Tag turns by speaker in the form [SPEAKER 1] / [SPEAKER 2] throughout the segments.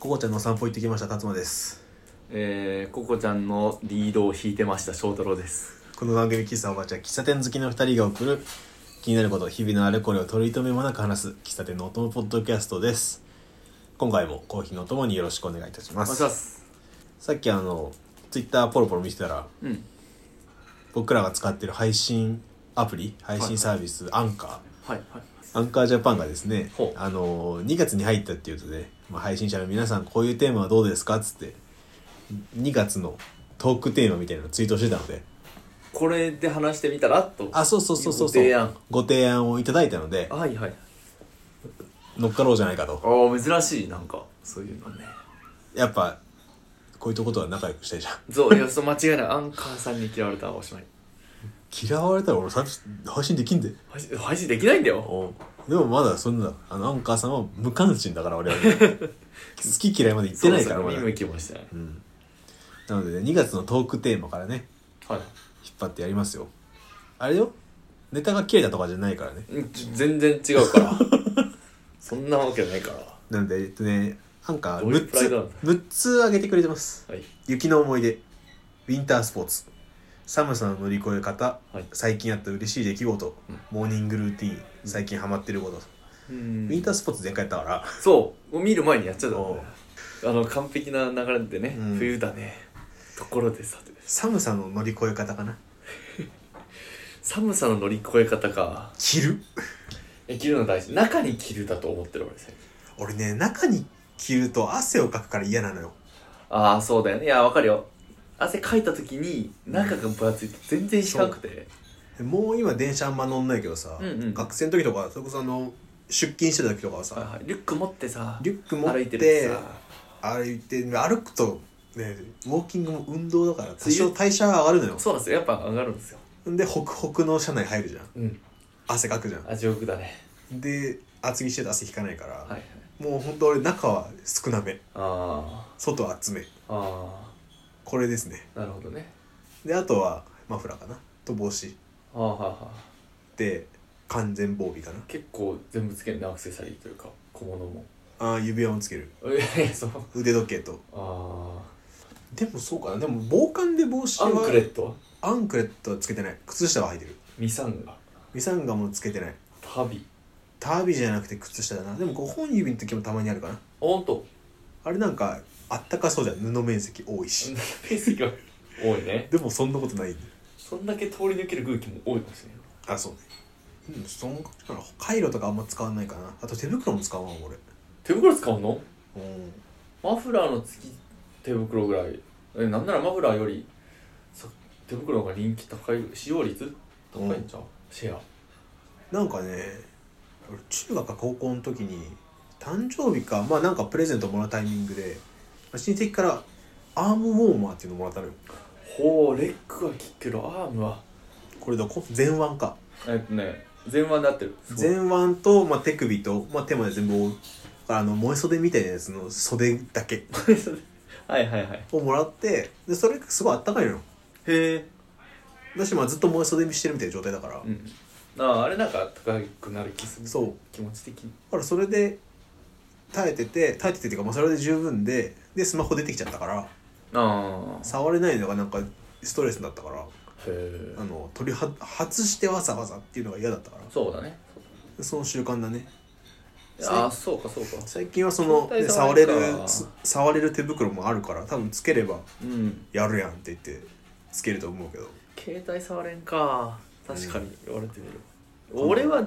[SPEAKER 1] ここちゃんの散歩行ってきました辰馬です
[SPEAKER 2] えー、ココちゃんのリードを引いてました翔太郎です
[SPEAKER 1] この番組喫茶おばちゃん喫茶店好きの二人が送る気になること日々のあれこれを取り留めもなく話す喫茶店のお供ポッドキャストです今回もコーヒーのお供によろしくお願いいたし
[SPEAKER 2] お
[SPEAKER 1] ま
[SPEAKER 2] 願
[SPEAKER 1] す
[SPEAKER 2] いします
[SPEAKER 1] さっきあのツイッターポロポロ見てたら
[SPEAKER 2] うん
[SPEAKER 1] 僕らが使ってる配信アプリ配信サービス、アンカー
[SPEAKER 2] はいはい
[SPEAKER 1] アンカージャパンがですね
[SPEAKER 2] ほう、
[SPEAKER 1] あの、2月に入ったっていうとね、まあ、配信者の皆さんこういうテーマはどうですかっつって、2月のトークテーマみたいなのをツイートしてたので、
[SPEAKER 2] これで話してみたらと
[SPEAKER 1] あ、そうそうそうそう
[SPEAKER 2] ご
[SPEAKER 1] そう
[SPEAKER 2] 提案
[SPEAKER 1] ご提案をいただいたので、
[SPEAKER 2] はいはい
[SPEAKER 1] 乗っかろうじゃないかと。
[SPEAKER 2] ああ珍しいなんかそういうのね
[SPEAKER 1] やっぱ、こういうとことは仲良くしたいじゃん。
[SPEAKER 2] そういやそう間違いないアンカーさんに嫌われたらおしまい
[SPEAKER 1] 嫌われたら俺さ配信できんで。
[SPEAKER 2] 配信配信できないんだよ
[SPEAKER 1] おうでもまだそんな、あの、アンカーさんは無関心だから 俺は、ね、好き嫌いまで言ってないから
[SPEAKER 2] そう
[SPEAKER 1] ま
[SPEAKER 2] そう
[SPEAKER 1] だ。
[SPEAKER 2] 見向きもしてない
[SPEAKER 1] うん。なのでね、2月のトークテーマからね、
[SPEAKER 2] はい
[SPEAKER 1] 引っ張ってやりますよあれよネタが切れたとかじゃないからね
[SPEAKER 2] うんちょ全然違うから そんなわけないからは
[SPEAKER 1] なんでえっとねなんか
[SPEAKER 2] どういう
[SPEAKER 1] 6
[SPEAKER 2] プライドな
[SPEAKER 1] つ
[SPEAKER 2] の
[SPEAKER 1] 6つ挙げてくれてます
[SPEAKER 2] い
[SPEAKER 1] 雪の思い出ウィンタースポーツ寒さの乗り越え方、
[SPEAKER 2] はい
[SPEAKER 1] 最近あった嬉しい出来事、
[SPEAKER 2] うん
[SPEAKER 1] モーニングルーティン最近ハマってること、
[SPEAKER 2] うん
[SPEAKER 1] ウィンタースポーツ前回やったから、
[SPEAKER 2] そう見る前にやっちゃった
[SPEAKER 1] おう
[SPEAKER 2] あの完璧な流れでね、
[SPEAKER 1] うん
[SPEAKER 2] 冬だねところでさて
[SPEAKER 1] 寒さの乗り越え方かな
[SPEAKER 2] 寒さの乗り越え方か
[SPEAKER 1] 着る
[SPEAKER 2] え着るの大事中に着るだと思ってる俺最近
[SPEAKER 1] 俺ね中に着ると汗をかくから嫌なのよ
[SPEAKER 2] ああそうだよねいやわかるよ汗かいた時に中が分厚いと全然四角くて
[SPEAKER 1] もう今電車あんま乗んないけどさ、
[SPEAKER 2] うんうん
[SPEAKER 1] 学生の時とかそれこそあの出勤してた時とかはさ、
[SPEAKER 2] はいはいリュック持ってさ
[SPEAKER 1] リュック持っ
[SPEAKER 2] 歩
[SPEAKER 1] て
[SPEAKER 2] いてるとさ
[SPEAKER 1] 歩いて歩くとねウォーキングも運動だから多少代謝が上がるのよ
[SPEAKER 2] そうなんですよやっぱ上がるんですよ
[SPEAKER 1] でホクホクの車内入るじゃん
[SPEAKER 2] うん
[SPEAKER 1] 汗かくじゃん
[SPEAKER 2] あ地獄だね
[SPEAKER 1] で厚着してて汗引かないから、
[SPEAKER 2] はいはい
[SPEAKER 1] もうほんと俺中は少なめ
[SPEAKER 2] あ
[SPEAKER 1] 外は厚め
[SPEAKER 2] ああ
[SPEAKER 1] これですね
[SPEAKER 2] あなるほどね
[SPEAKER 1] であとはマフラーかなと帽子
[SPEAKER 2] はあはあはあ
[SPEAKER 1] で完全防備かな
[SPEAKER 2] 結構全部つけるねアクセサリーというか小物も
[SPEAKER 1] あー指輪もつける
[SPEAKER 2] えそう
[SPEAKER 1] 腕時計と
[SPEAKER 2] あ
[SPEAKER 1] でもそうかなでも防寒で帽子
[SPEAKER 2] あ
[SPEAKER 1] は
[SPEAKER 2] アンクレットは
[SPEAKER 1] アンクレットはつけてない靴下は履いてる
[SPEAKER 2] ミサンガ
[SPEAKER 1] ミサンガもつけてない
[SPEAKER 2] タビ
[SPEAKER 1] タービじゃなくて靴下だなでも5本指の時もたまにあるかな
[SPEAKER 2] ほんと
[SPEAKER 1] あれなんかあったかそうじゃん布面積多いし
[SPEAKER 2] 面積が多いね
[SPEAKER 1] でもそんなことないんだよ
[SPEAKER 2] そんだけ通り抜ける空気も多いかもしれない
[SPEAKER 1] あそうねうんそんな感じかなカイロとかあんま使わないかなあと手袋も使わんわ俺
[SPEAKER 2] 手袋使うの
[SPEAKER 1] うん
[SPEAKER 2] マフラーの付き手袋ぐらいえなんならマフラーよりさ手袋の方が人気高い使用率高いんちゃう、シェア
[SPEAKER 1] なんかね俺中学か高校の時に誕生日かまあなんかプレゼントもらうタイミングで親戚からアームウォーマーっていうのもらったのよ
[SPEAKER 2] ほうレックは効くけどアームは
[SPEAKER 1] これどこ前腕か
[SPEAKER 2] えっとね前腕で合ってる
[SPEAKER 1] 前腕と、まあ、手首と、まあ、手まで全部覆うあの燃え袖みたいなやつの袖だけ
[SPEAKER 2] 腕はいはいはい
[SPEAKER 1] をもらってでそれがすごいあったかいのよ
[SPEAKER 2] へえ
[SPEAKER 1] だしまあずっと燃え袖見してるみたいな状態だから、
[SPEAKER 2] うんああれなんか高くなる気する
[SPEAKER 1] そうだ
[SPEAKER 2] 気持ち的に
[SPEAKER 1] からそれで耐えてて耐えててっていうか、まあ、それで十分ででスマホ出てきちゃったから
[SPEAKER 2] ああ
[SPEAKER 1] 触れないのがなんかストレスだったから
[SPEAKER 2] へえ
[SPEAKER 1] あの取りは外してわざわざっていうのが嫌だったから
[SPEAKER 2] そうだね
[SPEAKER 1] その習慣だね
[SPEAKER 2] ああそうかそうか
[SPEAKER 1] 最近はその、
[SPEAKER 2] 携
[SPEAKER 1] ね
[SPEAKER 2] 帯触
[SPEAKER 1] 触れ
[SPEAKER 2] れる
[SPEAKER 1] る
[SPEAKER 2] か
[SPEAKER 1] す触れる手袋もあるから多分つければ
[SPEAKER 2] うん
[SPEAKER 1] やるやんって言ってつけると思うけど
[SPEAKER 2] 携帯触れんか確かに言われてみる、
[SPEAKER 1] うん
[SPEAKER 2] 俺は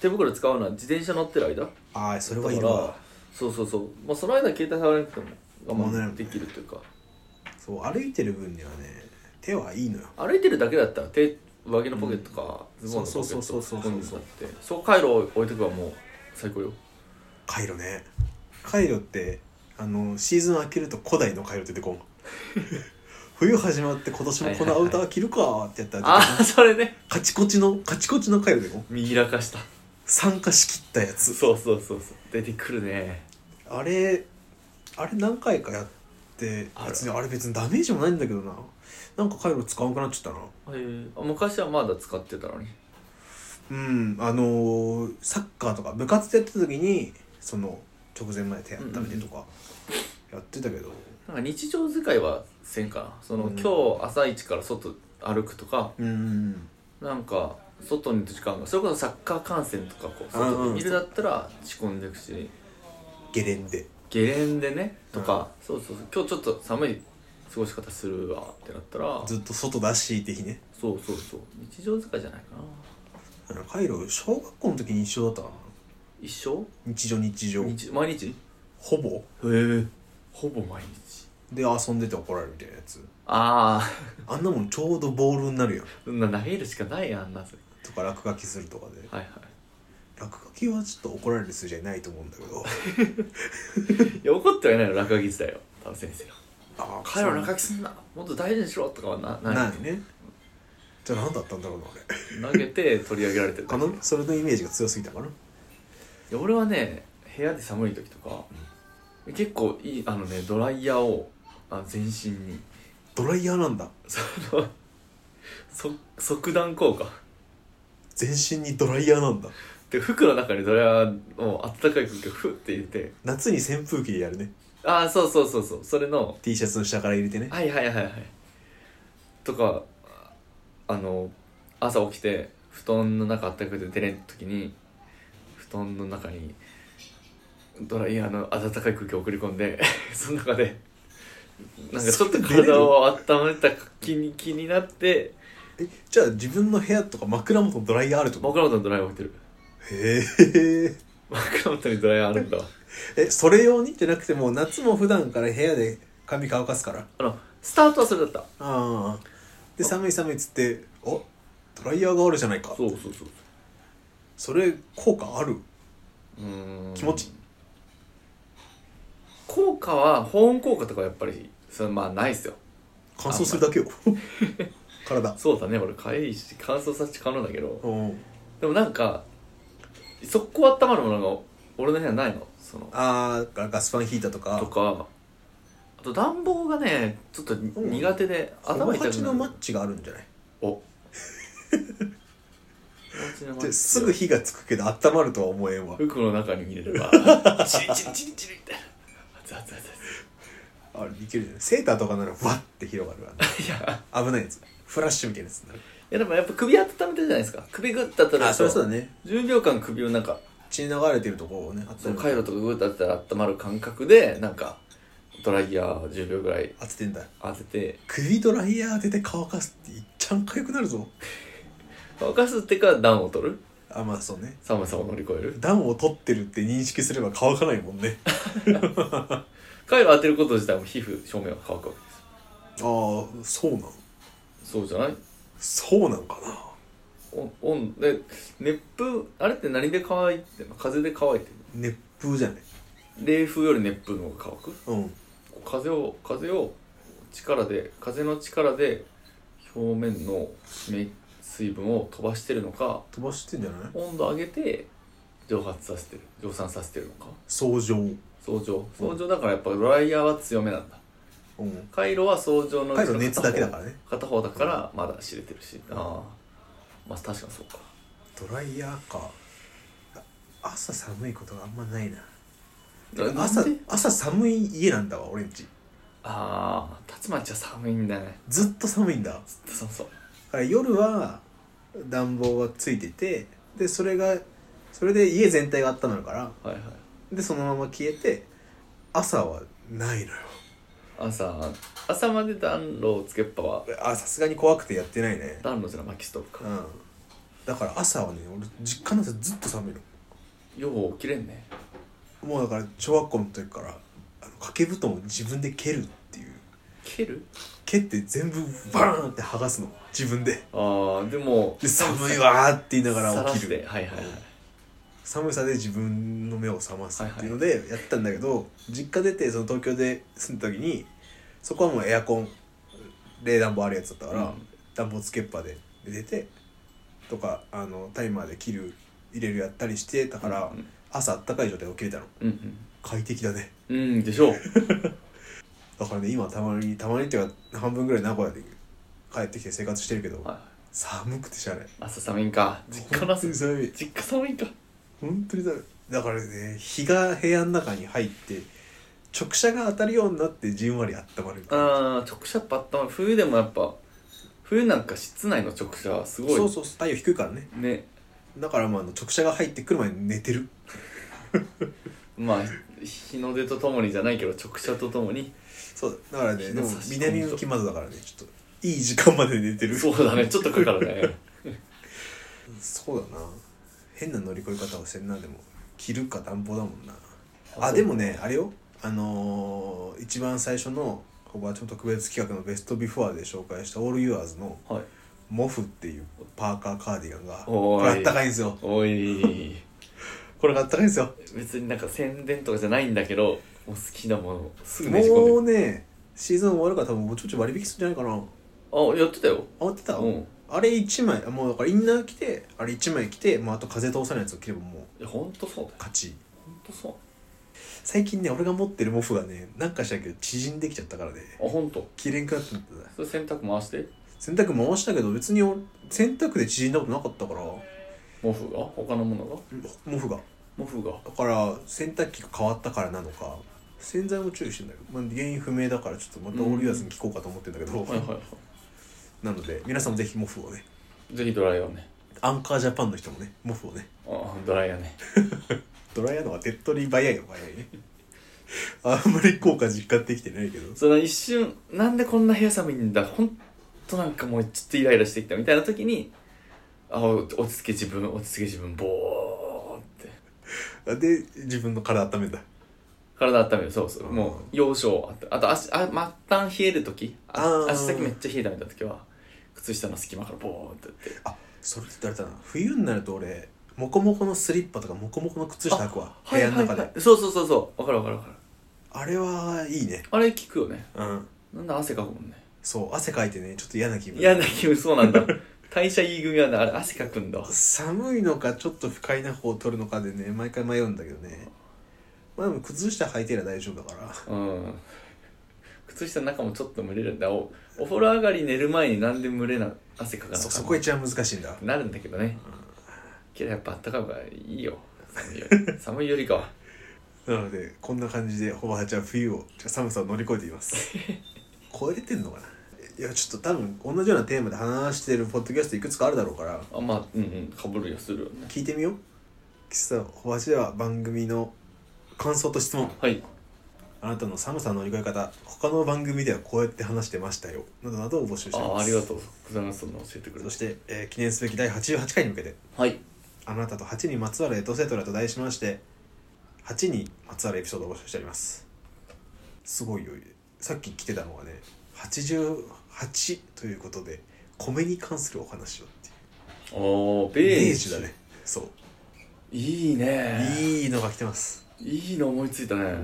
[SPEAKER 2] 手袋使うのは自転車乗ってる間
[SPEAKER 1] ああそれ
[SPEAKER 2] だ
[SPEAKER 1] は
[SPEAKER 2] か
[SPEAKER 1] いる
[SPEAKER 2] ら
[SPEAKER 1] わ
[SPEAKER 2] そうそうそう、まあ、その間携帯触れなくても
[SPEAKER 1] 問題
[SPEAKER 2] 我
[SPEAKER 1] ない
[SPEAKER 2] 慢できるというか
[SPEAKER 1] そう歩いてる分にはね手はいいのよ
[SPEAKER 2] 歩いてるだけだったら手上着のポケットか、
[SPEAKER 1] うん
[SPEAKER 2] ズボンのポケ
[SPEAKER 1] そうそ
[SPEAKER 2] ット
[SPEAKER 1] うそうそうそう
[SPEAKER 2] そうってそう回路を置いとけばもう最高よ
[SPEAKER 1] カイロねカイロってあのシーズン明けると古代のカイロ出てこ ん冬始まって今年もこのアウター着るかってやったら、
[SPEAKER 2] ああそれね
[SPEAKER 1] カチコチのカチコチのカイロ出てこん
[SPEAKER 2] 見開かした
[SPEAKER 1] 酸化しきったやつ
[SPEAKER 2] そうそうそうそう出てくるね
[SPEAKER 1] あれあれ何回かやって
[SPEAKER 2] ある
[SPEAKER 1] 別にあれ別にダメージもないんだけどななんかカイロ使わなくなっちゃったな
[SPEAKER 2] へえあ昔はまだ使ってたのに
[SPEAKER 1] うんあのーサッカーとか部活でやってた時にその直前まで手温めてとか、やってたけど
[SPEAKER 2] なんか日常使いはせんかなその、
[SPEAKER 1] うん
[SPEAKER 2] 今日朝一から外歩くとか
[SPEAKER 1] うん
[SPEAKER 2] なんか外にいる時間がそれこそサッカー観戦とかこう外
[SPEAKER 1] うんうん
[SPEAKER 2] にいるだったら仕込んでいくし
[SPEAKER 1] ゲレンデ
[SPEAKER 2] ゲレンデねとか、そうそうそう今日ちょっと寒い過ごし方するわってなったら
[SPEAKER 1] ずっと外だし的ね
[SPEAKER 2] そうそうそう日常使いじゃないかな
[SPEAKER 1] あのカイロ小学校の時に一緒だったかな
[SPEAKER 2] 一生
[SPEAKER 1] 日常日常
[SPEAKER 2] 日毎日へ
[SPEAKER 1] ほぼ
[SPEAKER 2] えほぼ毎日
[SPEAKER 1] で遊んでて怒られるみたいなやつ
[SPEAKER 2] ああ
[SPEAKER 1] あんなもんちょうどボールになるやん
[SPEAKER 2] そんな投げるしかないやんなそれ
[SPEAKER 1] とか落書きするとかで
[SPEAKER 2] はいは
[SPEAKER 1] 落書きはちょっと怒られる筋合いないと思うんだけ ど
[SPEAKER 2] いいや怒ってはいないよ落書き自体は多分先生は
[SPEAKER 1] あ
[SPEAKER 2] 「彼ら落書
[SPEAKER 1] き
[SPEAKER 2] きすんなもっと大事にしろ」とかはなな
[SPEAKER 1] ないねじゃあ何だったんだろうな俺
[SPEAKER 2] 投げて取り上げられてるだ
[SPEAKER 1] か
[SPEAKER 2] け
[SPEAKER 1] なそれのイメージが強すぎたかない
[SPEAKER 2] や俺はね部屋で寒い時とか、結構いいあのねドライヤーをあ全身に
[SPEAKER 1] ドライヤーなんだ
[SPEAKER 2] そのそ即断効果
[SPEAKER 1] 全身にドライヤーなんだ
[SPEAKER 2] で服の中にドライヤーを暖かい空気をふって入れて
[SPEAKER 1] 夏に扇風機でやるね
[SPEAKER 2] ああそうそうそうそうそれの
[SPEAKER 1] T シャツの下から入れてね
[SPEAKER 2] はいはいはいはいとかあの朝起きて布団の中あったかくて出れん時に布団の中にドライヤーの暖かい空気を送り込んで その中でなんかちょっ
[SPEAKER 1] そ
[SPEAKER 2] と
[SPEAKER 1] れ出れる
[SPEAKER 2] 体を温めた気に気になって
[SPEAKER 1] えじゃあ自分の部屋とか枕元にドライヤーあるってこと
[SPEAKER 2] 枕元にドライヤー置いてる
[SPEAKER 1] へえ
[SPEAKER 2] 枕元にドライヤーあるんだわ
[SPEAKER 1] えそれ用にってなくてもう夏も普段から部屋で髪乾かすから
[SPEAKER 2] あのスタートはそれだった
[SPEAKER 1] ああで寒い寒いっつっておドライヤーがあるじゃないか
[SPEAKER 2] そうそうそう
[SPEAKER 1] それ効果ある
[SPEAKER 2] うーん
[SPEAKER 1] 気持ち
[SPEAKER 2] 効果は保温効果とかはやっぱりそれまあないっすよ
[SPEAKER 1] 乾燥するだけよ 体
[SPEAKER 2] そうだね俺かゆいし乾燥させて可能だけど
[SPEAKER 1] うん
[SPEAKER 2] でもなんか速攻温まるものが俺の部屋ないのその
[SPEAKER 1] ああガスファンヒーターと
[SPEAKER 2] と
[SPEAKER 1] か
[SPEAKER 2] かあと暖房がねちょっとに
[SPEAKER 1] そうなの
[SPEAKER 2] 苦手で
[SPEAKER 1] 頭
[SPEAKER 2] 頭痛くなる
[SPEAKER 1] 鉢のマッチがあるんじゃない
[SPEAKER 2] お友達のマッチ
[SPEAKER 1] ですぐ火がつくけど温まるとは思えんわ
[SPEAKER 2] 服の中に入れればチリチリチリチリって熱々熱々
[SPEAKER 1] あれいけるじゃないセーターとかならわって広がるわ、
[SPEAKER 2] 熱々いや
[SPEAKER 1] 危ないやつフラッシュみたいなやつになる
[SPEAKER 2] いやでもやっぱ首温めてるじゃないですか首グッと温めると
[SPEAKER 1] ね
[SPEAKER 2] 10秒間首をなんか
[SPEAKER 1] 血流れてるとこをね
[SPEAKER 2] そ
[SPEAKER 1] 温
[SPEAKER 2] の
[SPEAKER 1] め
[SPEAKER 2] カイ
[SPEAKER 1] る
[SPEAKER 2] ロとかグーッと当てたら温まる感覚でなんかドライヤー10秒ぐらい
[SPEAKER 1] 当ててんだ
[SPEAKER 2] 当てて
[SPEAKER 1] 首ドライヤー当てて乾かすっていっちゃんかゆくなるぞ
[SPEAKER 2] 乾かすってから暖を取る
[SPEAKER 1] あまあそうね
[SPEAKER 2] 寒さを乗り越える
[SPEAKER 1] 暖を取ってるって認識すれば乾かないもんねあ
[SPEAKER 2] カイロ当てること自体も皮膚表面が乾くわけで
[SPEAKER 1] あそうなん
[SPEAKER 2] すそうじゃない
[SPEAKER 1] そうなんかな
[SPEAKER 2] お温で熱風あれって何で乾いてんの風で乾いてる
[SPEAKER 1] 熱風じゃない
[SPEAKER 2] 冷風より熱風の方が乾く
[SPEAKER 1] うん
[SPEAKER 2] 風を風を力で風の力で表面の湿い水分を飛ばしてるのか
[SPEAKER 1] 飛ばしてんじゃない
[SPEAKER 2] 温度上げて蒸発させてる蒸散させてるのか
[SPEAKER 1] 相乗うん
[SPEAKER 2] 相乗相乗だからやっぱドライヤーは強めなんだカイロは相乗の
[SPEAKER 1] カイロ熱だけだからね
[SPEAKER 2] 片方だからまだ知れてるし、ああまあ確かにそうか
[SPEAKER 1] ドライヤーかあ朝寒いことがあんまないな
[SPEAKER 2] な
[SPEAKER 1] 朝
[SPEAKER 2] なんで
[SPEAKER 1] 朝寒い家なんだわ俺んち
[SPEAKER 2] ああ竜巻は寒いんだね
[SPEAKER 1] ずっと寒いんだだ
[SPEAKER 2] そうそう
[SPEAKER 1] から夜は暖房がついててでそれがそれで家全体が温まるから
[SPEAKER 2] はいはい
[SPEAKER 1] でそのまま消えて朝はないのよ
[SPEAKER 2] 朝朝まで暖炉をつけっぱは
[SPEAKER 1] あさすがに怖くてやってないね
[SPEAKER 2] 暖炉じゃない薪ストーブ
[SPEAKER 1] う
[SPEAKER 2] か
[SPEAKER 1] んだから朝はね俺実家の朝ずっと寒いの
[SPEAKER 2] よう起きれんね
[SPEAKER 1] もうだから小学校の時からあの掛け布団を自分で蹴るっていう
[SPEAKER 2] 蹴る
[SPEAKER 1] 蹴って全部バーンって剥がすの自分で
[SPEAKER 2] ああでも
[SPEAKER 1] で寒いわーって言いな
[SPEAKER 2] だ
[SPEAKER 1] がら起きる
[SPEAKER 2] はいはいはい
[SPEAKER 1] 寒さで自分の目を覚ますっていうのでやったんだけど、実家出てその東京で住んだ時にそこはもうエアコン冷暖房あるやつだったから、
[SPEAKER 2] うん
[SPEAKER 1] 暖房つけっぱで出てとかあのタイマーで切る入れるやったりしてたから、
[SPEAKER 2] うん
[SPEAKER 1] 朝あったかい状態で起きれたの
[SPEAKER 2] うんうん
[SPEAKER 1] 快適だね
[SPEAKER 2] うんでしょう
[SPEAKER 1] だからね今たまにたまにっていうか半分ぐらい名古屋で帰ってきて生活してるけど、
[SPEAKER 2] はい
[SPEAKER 1] 寒くてしゃあない
[SPEAKER 2] 朝寒いんか実家
[SPEAKER 1] 本当
[SPEAKER 2] の 朝
[SPEAKER 1] に寒い
[SPEAKER 2] 実家寒いんか
[SPEAKER 1] 本当にだだからね日が部屋の中に入って直射が当たるようになってじんわり温まるみたいな
[SPEAKER 2] ああ直射やっぱあったまる冬でもやっぱ冬なんか室内の直射はすごい
[SPEAKER 1] そうそう太陽低いからね
[SPEAKER 2] ね
[SPEAKER 1] だからまああの直射が入ってくる前に寝てる
[SPEAKER 2] まあ日の出とともにじゃないけど直射とともに
[SPEAKER 1] そうだからね
[SPEAKER 2] 日
[SPEAKER 1] で
[SPEAKER 2] の
[SPEAKER 1] も
[SPEAKER 2] 差し込むと
[SPEAKER 1] 南向き窓だからねちょっといい時間まで寝てる
[SPEAKER 2] そうだねちょっとかかるね
[SPEAKER 1] そうだな変な乗り越え方をせんなでも着るか暖房だもんな
[SPEAKER 2] あそ
[SPEAKER 1] あ
[SPEAKER 2] う
[SPEAKER 1] でもねあれよあのー一番最初のおばあちゃん特別企画のベストビフォアで紹介したオールユアーズの
[SPEAKER 2] はい
[SPEAKER 1] モフっていうパーカーカーディガンが
[SPEAKER 2] お
[SPEAKER 1] こ
[SPEAKER 2] ーい
[SPEAKER 1] れあったかいんですよ
[SPEAKER 2] おい
[SPEAKER 1] これがあったかいんですよ
[SPEAKER 2] 別になんか宣伝とかじゃないんだけどもう好きなものをすぐねじ込んで
[SPEAKER 1] も
[SPEAKER 2] る
[SPEAKER 1] うねシーズン終わるから多分もうちょいちょい割引するんじゃないかな
[SPEAKER 2] あやってたよ
[SPEAKER 1] あ思ってた、
[SPEAKER 2] うんい
[SPEAKER 1] あれ1枚もうだからインナー着てあれ1枚着て、まあ、あと風通さないやつを着ればもう
[SPEAKER 2] やほんとそうだよ
[SPEAKER 1] 勝ち
[SPEAKER 2] ほんとそう
[SPEAKER 1] 最近ね俺が持ってるモフがねなんかしたけど縮んできちゃったからね
[SPEAKER 2] あほんと
[SPEAKER 1] 着れんくなってんだ
[SPEAKER 2] それ洗濯回して
[SPEAKER 1] 洗濯回したけど別に俺洗濯で縮んだことなかったから
[SPEAKER 2] 毛布が他のものが
[SPEAKER 1] モフが
[SPEAKER 2] 毛布が
[SPEAKER 1] だから洗濯機が変わったからなのか洗剤も注意してんだけど、まあ、原因不明だからちょっとまたオールユアスに聞こうかと思ってんだけど、
[SPEAKER 2] はいはいは
[SPEAKER 1] なので皆さんもぜひモフをね
[SPEAKER 2] いぜひドライヤーね
[SPEAKER 1] アンカージャパンの人もねモフをね
[SPEAKER 2] あドライヤーね
[SPEAKER 1] ドライヤーのは手っ取り早いよ早いね あんまり効果実感できてないけど
[SPEAKER 2] その一瞬なんでこんな部屋寒いんだほんとなんかもうちょっとイライラしてきたみたいな時にあお落ち着け自分落ち着け自分ボーって
[SPEAKER 1] で自分の体温めんだ
[SPEAKER 2] 体温めるそうそう、
[SPEAKER 1] うん
[SPEAKER 2] もう幼少あとあと足あ末端冷える時
[SPEAKER 1] あ
[SPEAKER 2] あ
[SPEAKER 1] ー
[SPEAKER 2] 足先めっちゃ冷えたみたいな時は靴下の隙間からボーンってやって
[SPEAKER 1] それって誰だな冬になると俺モコモコのスリッパとかモコモコの靴下履くわ部屋の中で、
[SPEAKER 2] はいそうそうそうそうわかるわかるわかる
[SPEAKER 1] あれはいいね
[SPEAKER 2] あれ効くよね
[SPEAKER 1] うん
[SPEAKER 2] なんだ汗かくもんね
[SPEAKER 1] そう汗かいてねちょっと嫌な気分
[SPEAKER 2] 嫌な気分そうなんだ 代謝いい組はねあれ汗かくんだわ
[SPEAKER 1] 寒いのかちょっと不快な方を取るのかでね毎回迷うんだけどねまあでも靴下履いてりゃ大丈夫だから
[SPEAKER 2] うん靴下の中もちょっと蒸れるんだおお風呂上がり寝る前になんで蒸れな汗かかなか
[SPEAKER 1] そ
[SPEAKER 2] った
[SPEAKER 1] そこが一番難しいんだ
[SPEAKER 2] なるんだけどねけどやっぱあったかい方がい いよ寒いより寒いよりかは
[SPEAKER 1] なのでこんな感じでほぼはちは冬を寒さを乗り越えています 超えれてんのかないやちょっと多分同じようなテーマで話してるポッドキャストいくつかあるだろうから
[SPEAKER 2] あまあうんうんかぶるよするよね
[SPEAKER 1] 聞いてみよう喫茶ほぼはちでは番組の感想と質問
[SPEAKER 2] はい
[SPEAKER 1] あなたの寒さの乗り越え方他の番組ではこうやって話してましたよなどなどを募集してい
[SPEAKER 2] あ
[SPEAKER 1] ます
[SPEAKER 2] ありがとうございますそんな教えてくれ
[SPEAKER 1] そ
[SPEAKER 2] て
[SPEAKER 1] して、えー記念すべき第88回に向けて
[SPEAKER 2] はい
[SPEAKER 1] あなたと8にまつわるエトセトラと題しまして8にまつわるエピソードを募集しておりますすごいよさっき来てたのはね88ということで米に関するお話をっていう
[SPEAKER 2] おーベ
[SPEAKER 1] ベー
[SPEAKER 2] ー
[SPEAKER 1] ジ
[SPEAKER 2] ジ
[SPEAKER 1] ュだねそう
[SPEAKER 2] いいね
[SPEAKER 1] いいのが来てます
[SPEAKER 2] いいの思いついたね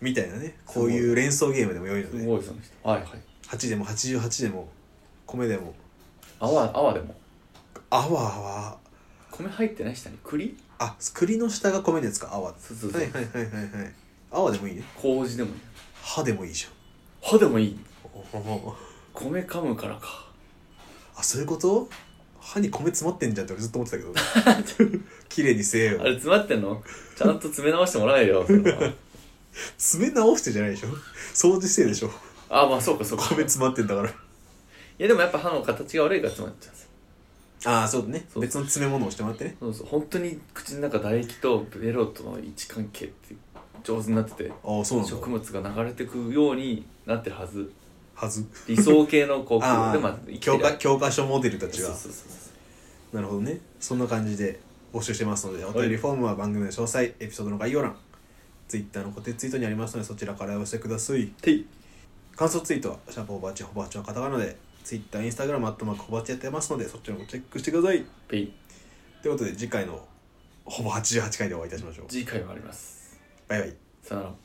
[SPEAKER 1] みたいなねこういう連想ゲームでも良いの
[SPEAKER 2] す
[SPEAKER 1] で
[SPEAKER 2] ごいその人はいはい
[SPEAKER 1] 8でも88でも米でも
[SPEAKER 2] 泡泡でも
[SPEAKER 1] あわあわ
[SPEAKER 2] 米入ってない下に栗
[SPEAKER 1] あ栗の下が米ですかあわ
[SPEAKER 2] そうそうそう、
[SPEAKER 1] はいはいはいはいはいあわでもいいね
[SPEAKER 2] 麹でもいい
[SPEAKER 1] 歯でもいいじゃん
[SPEAKER 2] 歯でもいい
[SPEAKER 1] おお
[SPEAKER 2] 米噛むからか
[SPEAKER 1] あそういうこと歯に米詰まってんじゃんって俺ずっと思ってたけど 綺麗にせえよ
[SPEAKER 2] あれ詰まってんのちゃんと詰め直してもらえよそれは
[SPEAKER 1] 爪直してじゃないでしょ掃除してるでしょ
[SPEAKER 2] あまあそうかそうか
[SPEAKER 1] 米詰まってんだから
[SPEAKER 2] いやでもやっぱ歯の形が悪いから詰まっちゃうんですよ
[SPEAKER 1] ああそうだね
[SPEAKER 2] そう
[SPEAKER 1] 別の詰め物をしてもらってね
[SPEAKER 2] そうそう本当に口の中唾液とベロとの位置関係って上手になってて
[SPEAKER 1] ああそうなんだ
[SPEAKER 2] 食物が流れてくようになってるはず
[SPEAKER 1] はず
[SPEAKER 2] 理想系の航
[SPEAKER 1] あ
[SPEAKER 2] 空
[SPEAKER 1] あ
[SPEAKER 2] でまあ生きて
[SPEAKER 1] 教
[SPEAKER 2] る
[SPEAKER 1] 科教科書モデルたち
[SPEAKER 2] そう
[SPEAKER 1] が
[SPEAKER 2] そうそうそう
[SPEAKER 1] なるほどねそんな感じで募集してますのでお便
[SPEAKER 2] は
[SPEAKER 1] り
[SPEAKER 2] い
[SPEAKER 1] フォームは番組の詳細エピソードの概要欄 Twitter の固定ツイートにありますのでそちらからお寄せください
[SPEAKER 2] てい
[SPEAKER 1] 感想ツイートはシャープホバーチホバーチはカタカナで Twitter、Instagram、アットマークホバーチやってますのでそちらもチェックしてください
[SPEAKER 2] ペイ
[SPEAKER 1] ということで次回のほぼ88回でお会いいたしましょう。
[SPEAKER 2] 次回もあります
[SPEAKER 1] バイバイ。
[SPEAKER 2] さよなら